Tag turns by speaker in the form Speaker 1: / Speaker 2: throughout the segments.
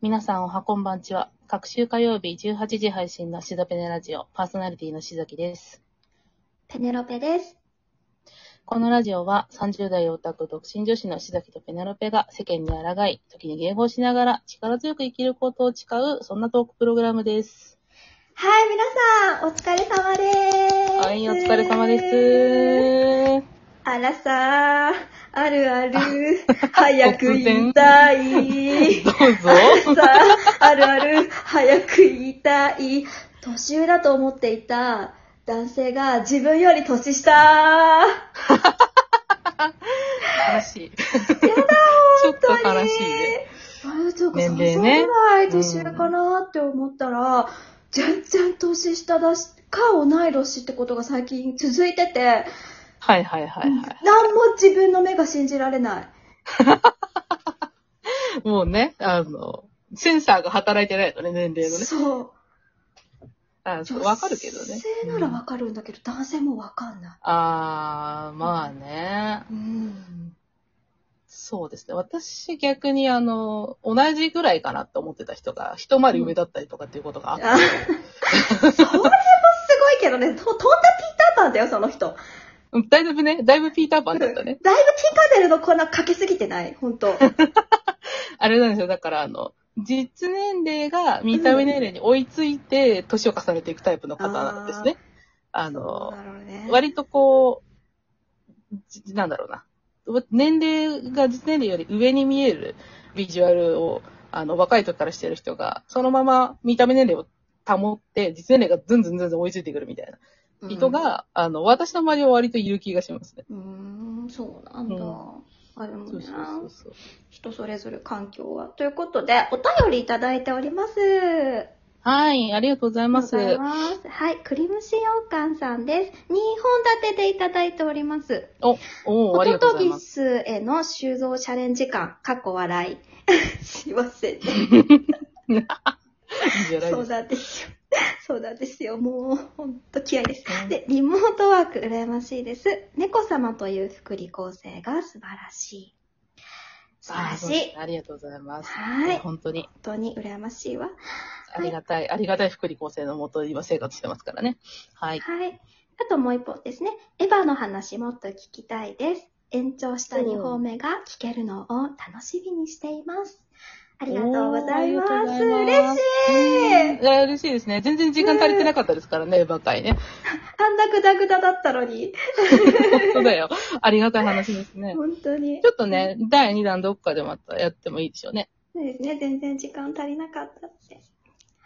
Speaker 1: 皆さんおはこんばんちは。各週火曜日18時配信のシドペネラジオ、パーソナリティのしざきです。
Speaker 2: ペネロペです。
Speaker 1: このラジオは30代オタク独身女子のしざきとペネロペが世間に抗い、時に迎合しながら力強く生きることを誓う、そんなトークプログラムです。
Speaker 2: はい、皆さん、お疲れ様です。
Speaker 1: はい、お疲れ様です。
Speaker 2: あらさー、あるある、早く言いたい。
Speaker 1: どうぞ。
Speaker 2: さあ、あるある、早く言いたい。年上だと思っていた男性が自分より年下。
Speaker 1: 悲しい。ちょっと悲しいね。
Speaker 2: あれ、ちょっと
Speaker 1: 年
Speaker 2: 3
Speaker 1: 齢
Speaker 2: 歳ぐ
Speaker 1: ね
Speaker 2: らい年上かなって思ったら、全然年下だし、か同い年ってことが最近続いてて、
Speaker 1: はいはいはいは
Speaker 2: なんも自分の目が信じられない。
Speaker 1: い。もうね、あの、センサーが働いてないのね、年齢のね。
Speaker 2: そう。
Speaker 1: あそうわかるけどね
Speaker 2: 女。性ならわかるんだけど、男性もわかんない。
Speaker 1: あー、まあね。
Speaker 2: うん。
Speaker 1: そうですね。私逆にあの、同じぐらいかなと思ってた人が、一回り上だったりとかっていうことがあって、
Speaker 2: あそれもすごいけどね、ととんだピーターパンだよ、その人。
Speaker 1: うんだいぶね、だいぶピーターパンだったね。
Speaker 2: だいぶティンカーベルの粉かけすぎてない、ほんと。
Speaker 1: あれなんですよ。だからあの、実年齢が見た目年齢に追いついて、年を重ねていくタイプの方なんですね。あの、
Speaker 2: なるほどね。
Speaker 1: 割とこう、じなんだろうな。年齢が実年齢より上に見えるビジュアルを、あの、若い時からしてる人が、そのまま見た目年齢を保って、実年齢がずんずんずんずん追いついてくるみたいな人が、あの、私の周りは割といる気がしますね。
Speaker 2: うん、うーん、そうなんだ。
Speaker 1: うん
Speaker 2: あれも
Speaker 1: そう
Speaker 2: ね
Speaker 1: そうそうそう。
Speaker 2: 人それぞれ環境は。ということで、お便りいただいております。
Speaker 1: はい、ありがとうございます。
Speaker 2: ありがとう
Speaker 1: お
Speaker 2: ございます。はい、クリムシ羊羹さんです。2本立てでいただいております。
Speaker 1: おーありが
Speaker 2: ホ
Speaker 1: とうご
Speaker 2: トト
Speaker 1: ざい
Speaker 2: ギ
Speaker 1: ます。
Speaker 2: スへの修造チャレンジ感、過去笑い。 すいません。
Speaker 1: いいじゃない
Speaker 2: そう
Speaker 1: ですか。
Speaker 2: なんですよ。 そうなんですよ。もう、ほんと気合いです
Speaker 1: うん。
Speaker 2: で、リモートワーク、羨ましいです。猫様という福利厚生が素晴らしい。素晴
Speaker 1: あ
Speaker 2: ら
Speaker 1: ーそ
Speaker 2: し
Speaker 1: うです
Speaker 2: い
Speaker 1: ね。。ありがとうございます。
Speaker 2: はい
Speaker 1: や本当に、
Speaker 2: 本当に羨ましいわ。
Speaker 1: ありがたい、ありがたい福利厚生のもと、今生活してますからね。はい。
Speaker 2: はい。あともう一本ですね。エヴァの話もっと聞きたいです。延長した2本目が聞けるのを楽しみにしています。ありがとうござい
Speaker 1: おーありがとう
Speaker 2: ま
Speaker 1: ご
Speaker 2: す。
Speaker 1: ざいま
Speaker 2: 嬉
Speaker 1: す
Speaker 2: しい。
Speaker 1: いや、嬉しいですね。全然時間足りてなかったですからね、ばっかりね。
Speaker 2: あんなグダグダだったのに。
Speaker 1: 本当だよ。ありがたい話ですね。
Speaker 2: 本当に
Speaker 1: ち。ょっとね、第2弾どっかでまたやってもいいでしょうね。
Speaker 2: そうですね。全然時間足りなかったって。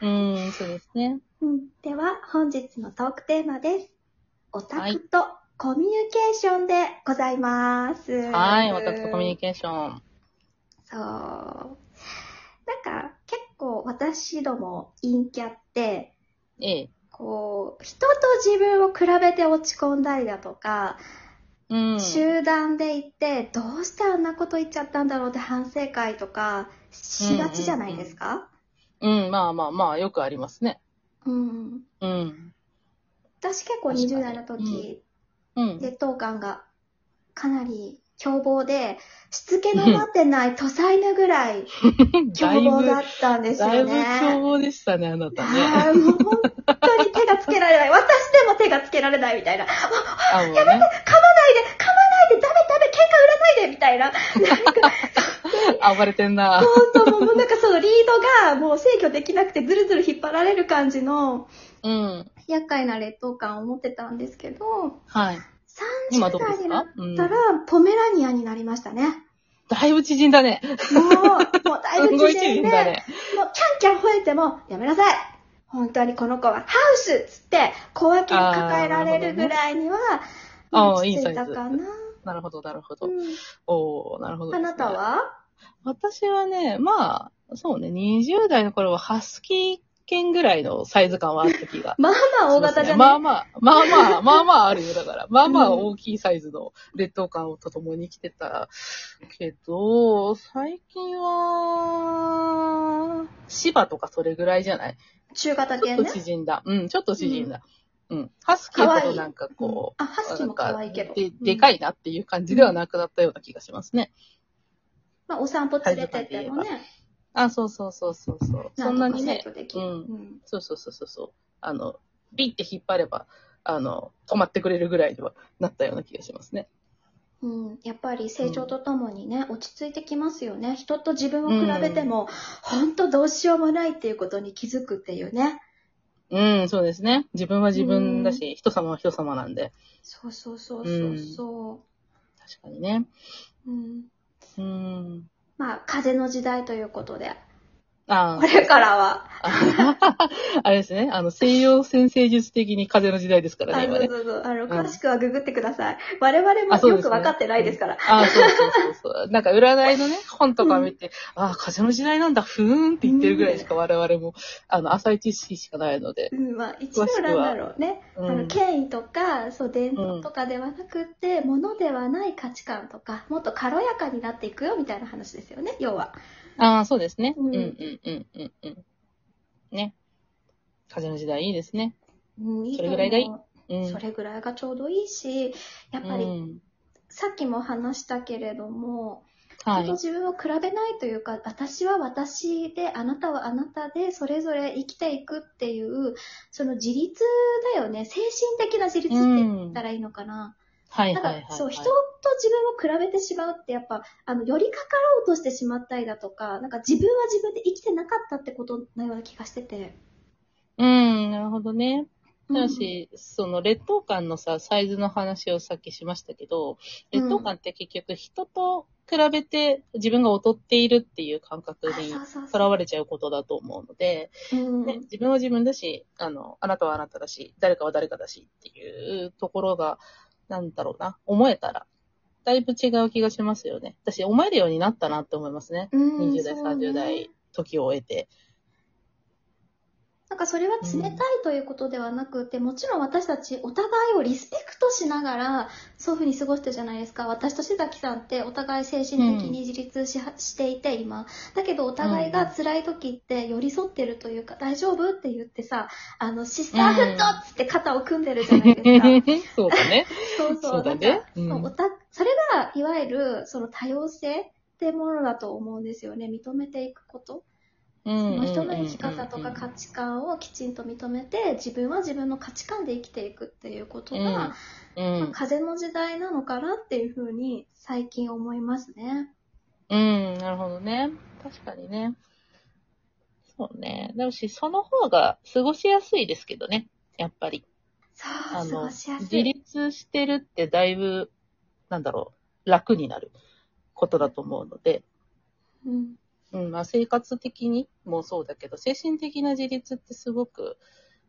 Speaker 1: うーん、そうですね。
Speaker 2: うん。では、本日のトークテーマです。オタクとコミュニケーションでございます。
Speaker 1: はい、私とコミュニケ
Speaker 2: ケ
Speaker 1: ーション。
Speaker 2: ーション。そう。なんか、結構私ども陰キャって、
Speaker 1: ええ。
Speaker 2: こう、人と自分を比べて落ち込んだりだとか、
Speaker 1: うん。
Speaker 2: 集団で行って、どうしてあんなこと言っちゃったんだろうって反省会とか、しがちじゃないですか、
Speaker 1: うん、まあまあまあ、よくありますね。
Speaker 2: うん。
Speaker 1: うん。
Speaker 2: 私結構
Speaker 1: 確かに
Speaker 2: 20代の時、
Speaker 1: うん。
Speaker 2: 劣等感がかなり凶暴で、しつけの待ってない土才のぐらい凶
Speaker 1: だい
Speaker 2: 暴
Speaker 1: ぶ、
Speaker 2: だったんです
Speaker 1: だい
Speaker 2: よ
Speaker 1: ぶ
Speaker 2: ね。
Speaker 1: 凶暴でしたね、あなたね。
Speaker 2: はい、もう本当に手がつけられない。私でも手がつけられないみたいな。噛ま
Speaker 1: あ、もうね。
Speaker 2: ないで、噛まないで、ダメダメ、喧嘩売らないでみたいな。
Speaker 1: 暴れてんな。
Speaker 2: 本当もうもうなんかそのリードがもう制御できなくてずるずる引っ張られる感じの
Speaker 1: うん。
Speaker 2: 厄介な劣等感を持ってたんですけど、
Speaker 1: はい。今どう
Speaker 2: 30
Speaker 1: です
Speaker 2: 代
Speaker 1: か
Speaker 2: になったら、ポメラニアンになりましたね。
Speaker 1: だいぶ縮んだね。
Speaker 2: もう、もうだ
Speaker 1: す
Speaker 2: いぶ
Speaker 1: ごい
Speaker 2: 自然
Speaker 1: 縮ん
Speaker 2: で、
Speaker 1: だね。
Speaker 2: もうキャンキャン吠えても、やめなさい本当にこの子はハウスっつって、小脇に抱えられるぐらいには、
Speaker 1: あー
Speaker 2: 落ち着
Speaker 1: なるほどね
Speaker 2: いたかな。
Speaker 1: なるほど、なるほ
Speaker 2: う
Speaker 1: ど。
Speaker 2: ん、
Speaker 1: おー、なるほど、
Speaker 2: あなたは
Speaker 1: 私はね、まあ、そうね、20代の頃はハスキー犬ぐらいのサイズ感はあった気が。
Speaker 2: まあまあ大型じゃ
Speaker 1: まあ
Speaker 2: ね
Speaker 1: まあ、まあまあ、まあまああるよ。だ から、まあまあ大きいサイズの劣等感と共に来てたけど、最近は、芝とかそれぐらいじゃない
Speaker 2: 中型
Speaker 1: ちょっと
Speaker 2: 犬ね。
Speaker 1: 縮んだ。うん、ちょっと縮んだ。うん。ハスキーほどなんかこう、
Speaker 2: あ、ハスキーも可愛いけど。
Speaker 1: で、でか
Speaker 2: い。
Speaker 1: いなっていう感じではなくなったような気がしますね。
Speaker 2: まあ、お散歩連れてってもね。
Speaker 1: あ、そうそうそうそうそう。そんなにね
Speaker 2: と、か制御できる。
Speaker 1: うん
Speaker 2: うん
Speaker 1: そうそうそうそうそう。あの、ビって引っ張れば、あの、止まってくれるぐらいにはなったような気がしますね。
Speaker 2: うん、やっぱり成長とともにね、落ち着いてきますよね。人と自分を比べても、本当どうしようもないっていうことに気づくっていうね。
Speaker 1: うん、そうですね。自分は自分だし、人様は人様なんで。
Speaker 2: そうそうそうそうそ
Speaker 1: 確かにね。
Speaker 2: う。うん、
Speaker 1: うん。
Speaker 2: まあ、風の時代ということで、
Speaker 1: あ
Speaker 2: これからは、
Speaker 1: あ、あれですね。あの、西洋先生術的に風の時代ですから
Speaker 2: あ
Speaker 1: ね、
Speaker 2: そ
Speaker 1: 今
Speaker 2: う
Speaker 1: ね。
Speaker 2: そうそうあの、
Speaker 1: ん
Speaker 2: 詳しくはググってください。我々
Speaker 1: あそ
Speaker 2: も
Speaker 1: うで
Speaker 2: よ
Speaker 1: すね
Speaker 2: く分かってないですから。
Speaker 1: ああ、そうそうそうそう。なんか占いのね、本とか見て、ああ、風の時代なんだ、ふーんって言ってるぐらいしか我々も、あの、浅い知識しかないので。
Speaker 2: うん、まあ、一
Speaker 1: 詳
Speaker 2: 応
Speaker 1: しくは
Speaker 2: なんだろうね。
Speaker 1: うん
Speaker 2: あの、権威とか、そう、伝統とかではなくって、ものではない価値観とか、もっと軽やかになっていくよ、みたいな話ですよね、要は。
Speaker 1: ああ、そうですね。
Speaker 2: う
Speaker 1: うんん、うん、うん、うん、うん。ね。風の時代いいですね。
Speaker 2: うん、いいと思う
Speaker 1: それぐらいがいいうん。
Speaker 2: それぐらいがちょうどいいし、やっぱ
Speaker 1: う
Speaker 2: り、
Speaker 1: ん、
Speaker 2: さっきも話したけれども、
Speaker 1: は
Speaker 2: 人と
Speaker 1: い。
Speaker 2: 自分を比べないというか、私は私で、あなたはあなたで、それぞれ生きていくっていう、その自立だよね。精神的な自立って言ったらいいのかな。
Speaker 1: はい、
Speaker 2: なん
Speaker 1: はい、
Speaker 2: か、
Speaker 1: はい。
Speaker 2: そう、人と
Speaker 1: はい
Speaker 2: 自分を比べてしまうって、やっぱ、あの、寄りかかろうとしてしまったりだとか、なんか自分は自分で生きてなかったってことのような気がしてて。
Speaker 1: うん、なるほどね。
Speaker 2: う
Speaker 1: た
Speaker 2: ん
Speaker 1: だし、その劣等感のさ、サイズの話をさっきしましたけど、劣等感って結局人と比べて自分が劣っているっていう感覚に
Speaker 2: あそうそう
Speaker 1: 囚
Speaker 2: そう
Speaker 1: われちゃうことだと思うので、
Speaker 2: うん
Speaker 1: ね、自分は自分だし、あの、あなたはあなただし、誰かは誰かだしっていうところが、なんだろうな、思えたら、だいぶ違う気がしますよね。私、思えるようになったなって思いますね。
Speaker 2: うん
Speaker 1: 20代、
Speaker 2: そうね
Speaker 1: 30代、時を終えて。
Speaker 2: なんかそれは冷たいということではなくて、もちろん私たちお互いをリスペクトしながら、そういうふうに過ごしてるじゃないですか。私と志崎さんってお互い精神的に自立し,、していて、今。だけどお互いが辛い時って寄り添ってるというか、大丈夫って言ってさ、あの、シスターフットっつって肩を組んでるじゃないです か。
Speaker 1: そうだね。
Speaker 2: そうそう。
Speaker 1: そうだね
Speaker 2: なんか
Speaker 1: うん
Speaker 2: そうおたそれが、いわゆる、その多様性ってものだと思うんですよね。認めていくこと。
Speaker 1: う
Speaker 2: そ
Speaker 1: ん
Speaker 2: の人の生き方と
Speaker 1: うんうんう
Speaker 2: か
Speaker 1: ん
Speaker 2: 価値観をきちんと認めて、自分は自分の価値観で生きていくっていうことが、
Speaker 1: うん
Speaker 2: ま
Speaker 1: うん
Speaker 2: あ風の時代なのかなっていうふうに最近思いますね。
Speaker 1: うん、なるほどね。確かにね。そうね。だし、その方が過ごしやすいですけどね。やっぱり。
Speaker 2: そう、
Speaker 1: あ
Speaker 2: 過
Speaker 1: の、
Speaker 2: ごしやす
Speaker 1: 自
Speaker 2: い。
Speaker 1: 立してるってだいぶ、なんだろう、楽になることだと思うので、
Speaker 2: うん、
Speaker 1: うん、まあ生活的にもそうだけど、精神的な自立ってすごく、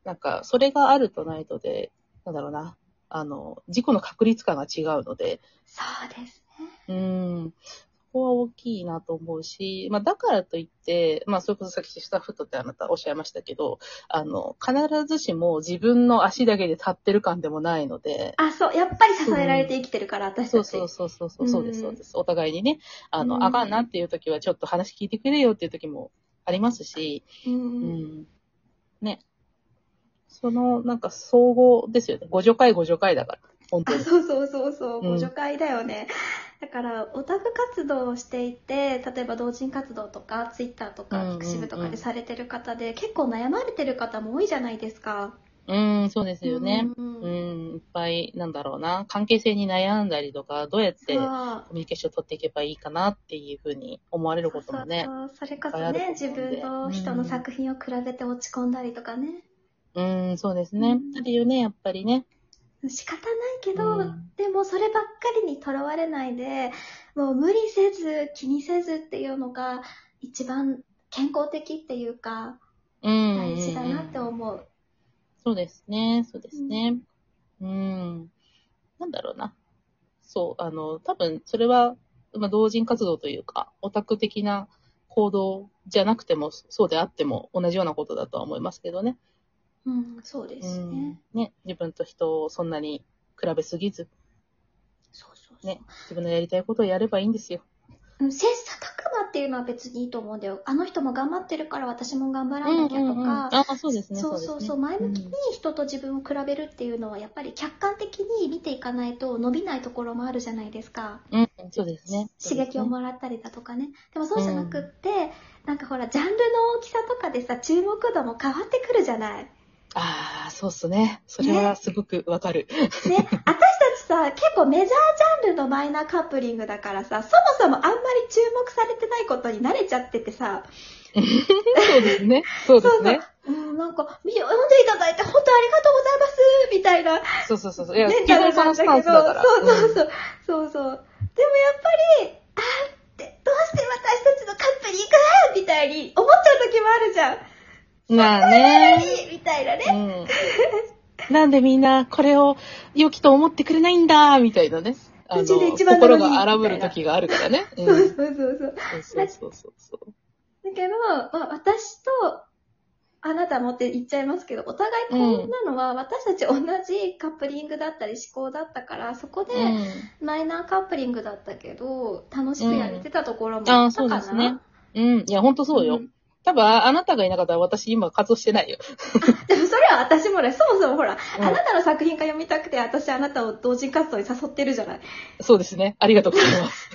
Speaker 1: なんか、それがあるとないとで、なんだろうな、あの、事故の確率感が違うので、
Speaker 2: そうですね。
Speaker 1: うん。そこは大きいなと思うし、まあだからといって、まあそれこそさっきシスターフットってあなたおっしゃいましたけど、あの、必ずしも自分の足だけで立ってる感でもないので、
Speaker 2: あ、そう、やっぱり支えられて生きてるから、私
Speaker 1: そ
Speaker 2: た
Speaker 1: う
Speaker 2: ち。
Speaker 1: そうそうそうそう、そうです、
Speaker 2: うん
Speaker 1: そうです。お互いにね、あの、
Speaker 2: うん
Speaker 1: あかんなっていう時はちょっと話聞いてくれよっていう時もありますし、
Speaker 2: うん
Speaker 1: う、ん。ね。その、なんか、総合ですよね。ご助会ご助会だから。本当
Speaker 2: あ
Speaker 1: に。
Speaker 2: そうそうそうそう、
Speaker 1: う
Speaker 2: ご
Speaker 1: ん
Speaker 2: 助会だよね。だから、オタク活動をしていて、例えば同人活動とか、ツイッターと
Speaker 1: うんうんう
Speaker 2: か、ピ
Speaker 1: ん
Speaker 2: クシブとかでされてる方で、結構悩まれてる方も多いじゃないですか。
Speaker 1: うん、そうですよね。
Speaker 2: うんうん
Speaker 1: うん、いっぱい、なんだろうな、関係性に悩んだりとか、どうやってコ
Speaker 2: そう
Speaker 1: ミュニケーションを取っていけばいいかなっていうふうに思われることもね
Speaker 2: そ。うそうそうそれこ
Speaker 1: いっぱい
Speaker 2: そ
Speaker 1: あると
Speaker 2: ね、
Speaker 1: 思
Speaker 2: 自
Speaker 1: うんで
Speaker 2: 分と人の作品を比べて落ち込んだりとかね。
Speaker 1: うん、そうですね。あるよね、やっぱりね。
Speaker 2: 仕方ないけど、
Speaker 1: うん
Speaker 2: でもそればっかりにとらわれないで、もう無理せず、気にせずっていうのが、一番健康的っていうか、
Speaker 1: うん。
Speaker 2: 大事だなって
Speaker 1: うん
Speaker 2: 思う。
Speaker 1: そうですね、そうですね。うん。なんだろうな。そう、あの、多分、それは、まあ、同人活動というか、オタク的な行動じゃなくても、そうであっても同じようなことだとは思いますけどね。
Speaker 2: うん、そうですね。
Speaker 1: うんね、自分と人をそんなに比べすぎず、
Speaker 2: そうそうそう。
Speaker 1: ね、自分のやりたいことをやればいいんですよ。
Speaker 2: うん、切磋琢磨っていうのは別にいいと思うんだよ。あの人も頑張ってるから私も頑張らなきゃとか。
Speaker 1: ああ、そうですね。
Speaker 2: そうそうそう、前向きに人と自分を比べるっていうのは、やっぱり客観的に見ていかないと伸びないところもあるじゃないですか。
Speaker 1: うん、うんそうですね。
Speaker 2: 刺激
Speaker 1: そ
Speaker 2: を
Speaker 1: うですね
Speaker 2: もらったりだとかね。でもそうじゃなくって、なんなんかほら、ジャンルの大きさとかでさ、注目度も変わってくるじゃない。ね、
Speaker 1: ああ、そうっすね。それはすごくわかる。
Speaker 2: 私たちさ、結構メジャージャンルのマイナーカップリングだからさ、そもそもあんまり注目されてないことに慣れちゃっててさ、
Speaker 1: そうですね。そうですね。
Speaker 2: そうそう。うん、なんか、み読んでいただいて本当ありがとうございますみたいな、
Speaker 1: そうそうそうそう。いや、
Speaker 2: ね
Speaker 1: 基本そのスタンスだから。
Speaker 2: そうそううそう。そうそう。でもやっぱり、あーって、どうして私たちのカップに行くのみたいに思っちゃう時もあるじゃん。
Speaker 1: んまあ
Speaker 2: え
Speaker 1: ね。
Speaker 2: ーみたいな
Speaker 1: う
Speaker 2: ね。
Speaker 1: ん。なんでみんなこれを良きと思ってくれないんだ、みたいなね。あの、
Speaker 2: うちで一番なの
Speaker 1: 心
Speaker 2: に
Speaker 1: が荒ぶる時があるからね。う。
Speaker 2: そうんそうそうそ
Speaker 1: そ
Speaker 2: う。
Speaker 1: うそうそうそう。
Speaker 2: だけど、まあ、私とあなたもって言っちゃいますけど、お互いこんなのは私たち同じカップリングだったり思考だったから、そこで
Speaker 1: うん
Speaker 2: マイナーカップリングだったけど、楽しくやれてたところも
Speaker 1: あ
Speaker 2: あ
Speaker 1: あ、
Speaker 2: った
Speaker 1: そ
Speaker 2: か
Speaker 1: う
Speaker 2: な。
Speaker 1: ですね。うん。いや、ほんとそうよ。
Speaker 2: ん
Speaker 1: 多分、あなたがいなかったら私今活動してないよ。
Speaker 2: でもそれは私もね、そもそもほら、
Speaker 1: うん
Speaker 2: あなたの作品が読みたくて、私あなたを同人活動に誘ってるじゃない。
Speaker 1: そうですね。ありがとうございます。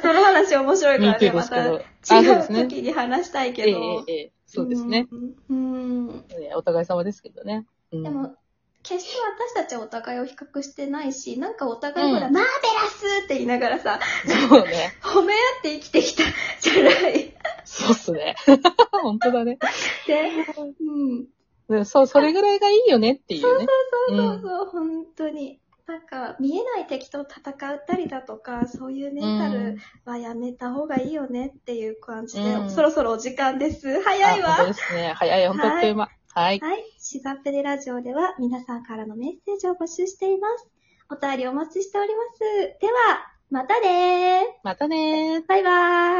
Speaker 2: その話面白いか
Speaker 1: 見
Speaker 2: ら
Speaker 1: て
Speaker 2: ね、
Speaker 1: で
Speaker 2: ます
Speaker 1: け
Speaker 2: た違
Speaker 1: ど。あ、そうで
Speaker 2: う
Speaker 1: すね。
Speaker 2: 時に話したい
Speaker 1: ええ
Speaker 2: けど。
Speaker 1: ええええそうですね。
Speaker 2: うん。うん。
Speaker 1: ええお互い様ですけどね。うん、
Speaker 2: でも、決して私たちはお互いを比較してないし、なんかお互いほら、マーベラスって言いながらさ、
Speaker 1: そうね。
Speaker 2: 褒め合って生きてきたじゃない。
Speaker 1: そうっすね。 本当だね。
Speaker 2: で、うん。
Speaker 1: ねそう、それぐらいがいいよねっていうね。
Speaker 2: そうそうそう、本当に。なんか、見えない敵と戦ったりだとか、そういうメンタルはやめた方がいいよねっていう感じで、
Speaker 1: うん
Speaker 2: そろそろお時間です。早い
Speaker 1: あ本当
Speaker 2: わ。
Speaker 1: ですね。早い、本当あっという間。はい。
Speaker 2: はい。シザプレラジオでは皆さんからのメッセージを募集しています。お便りお待ちしております。では、またねー。
Speaker 1: またねー。
Speaker 2: バイバーイ。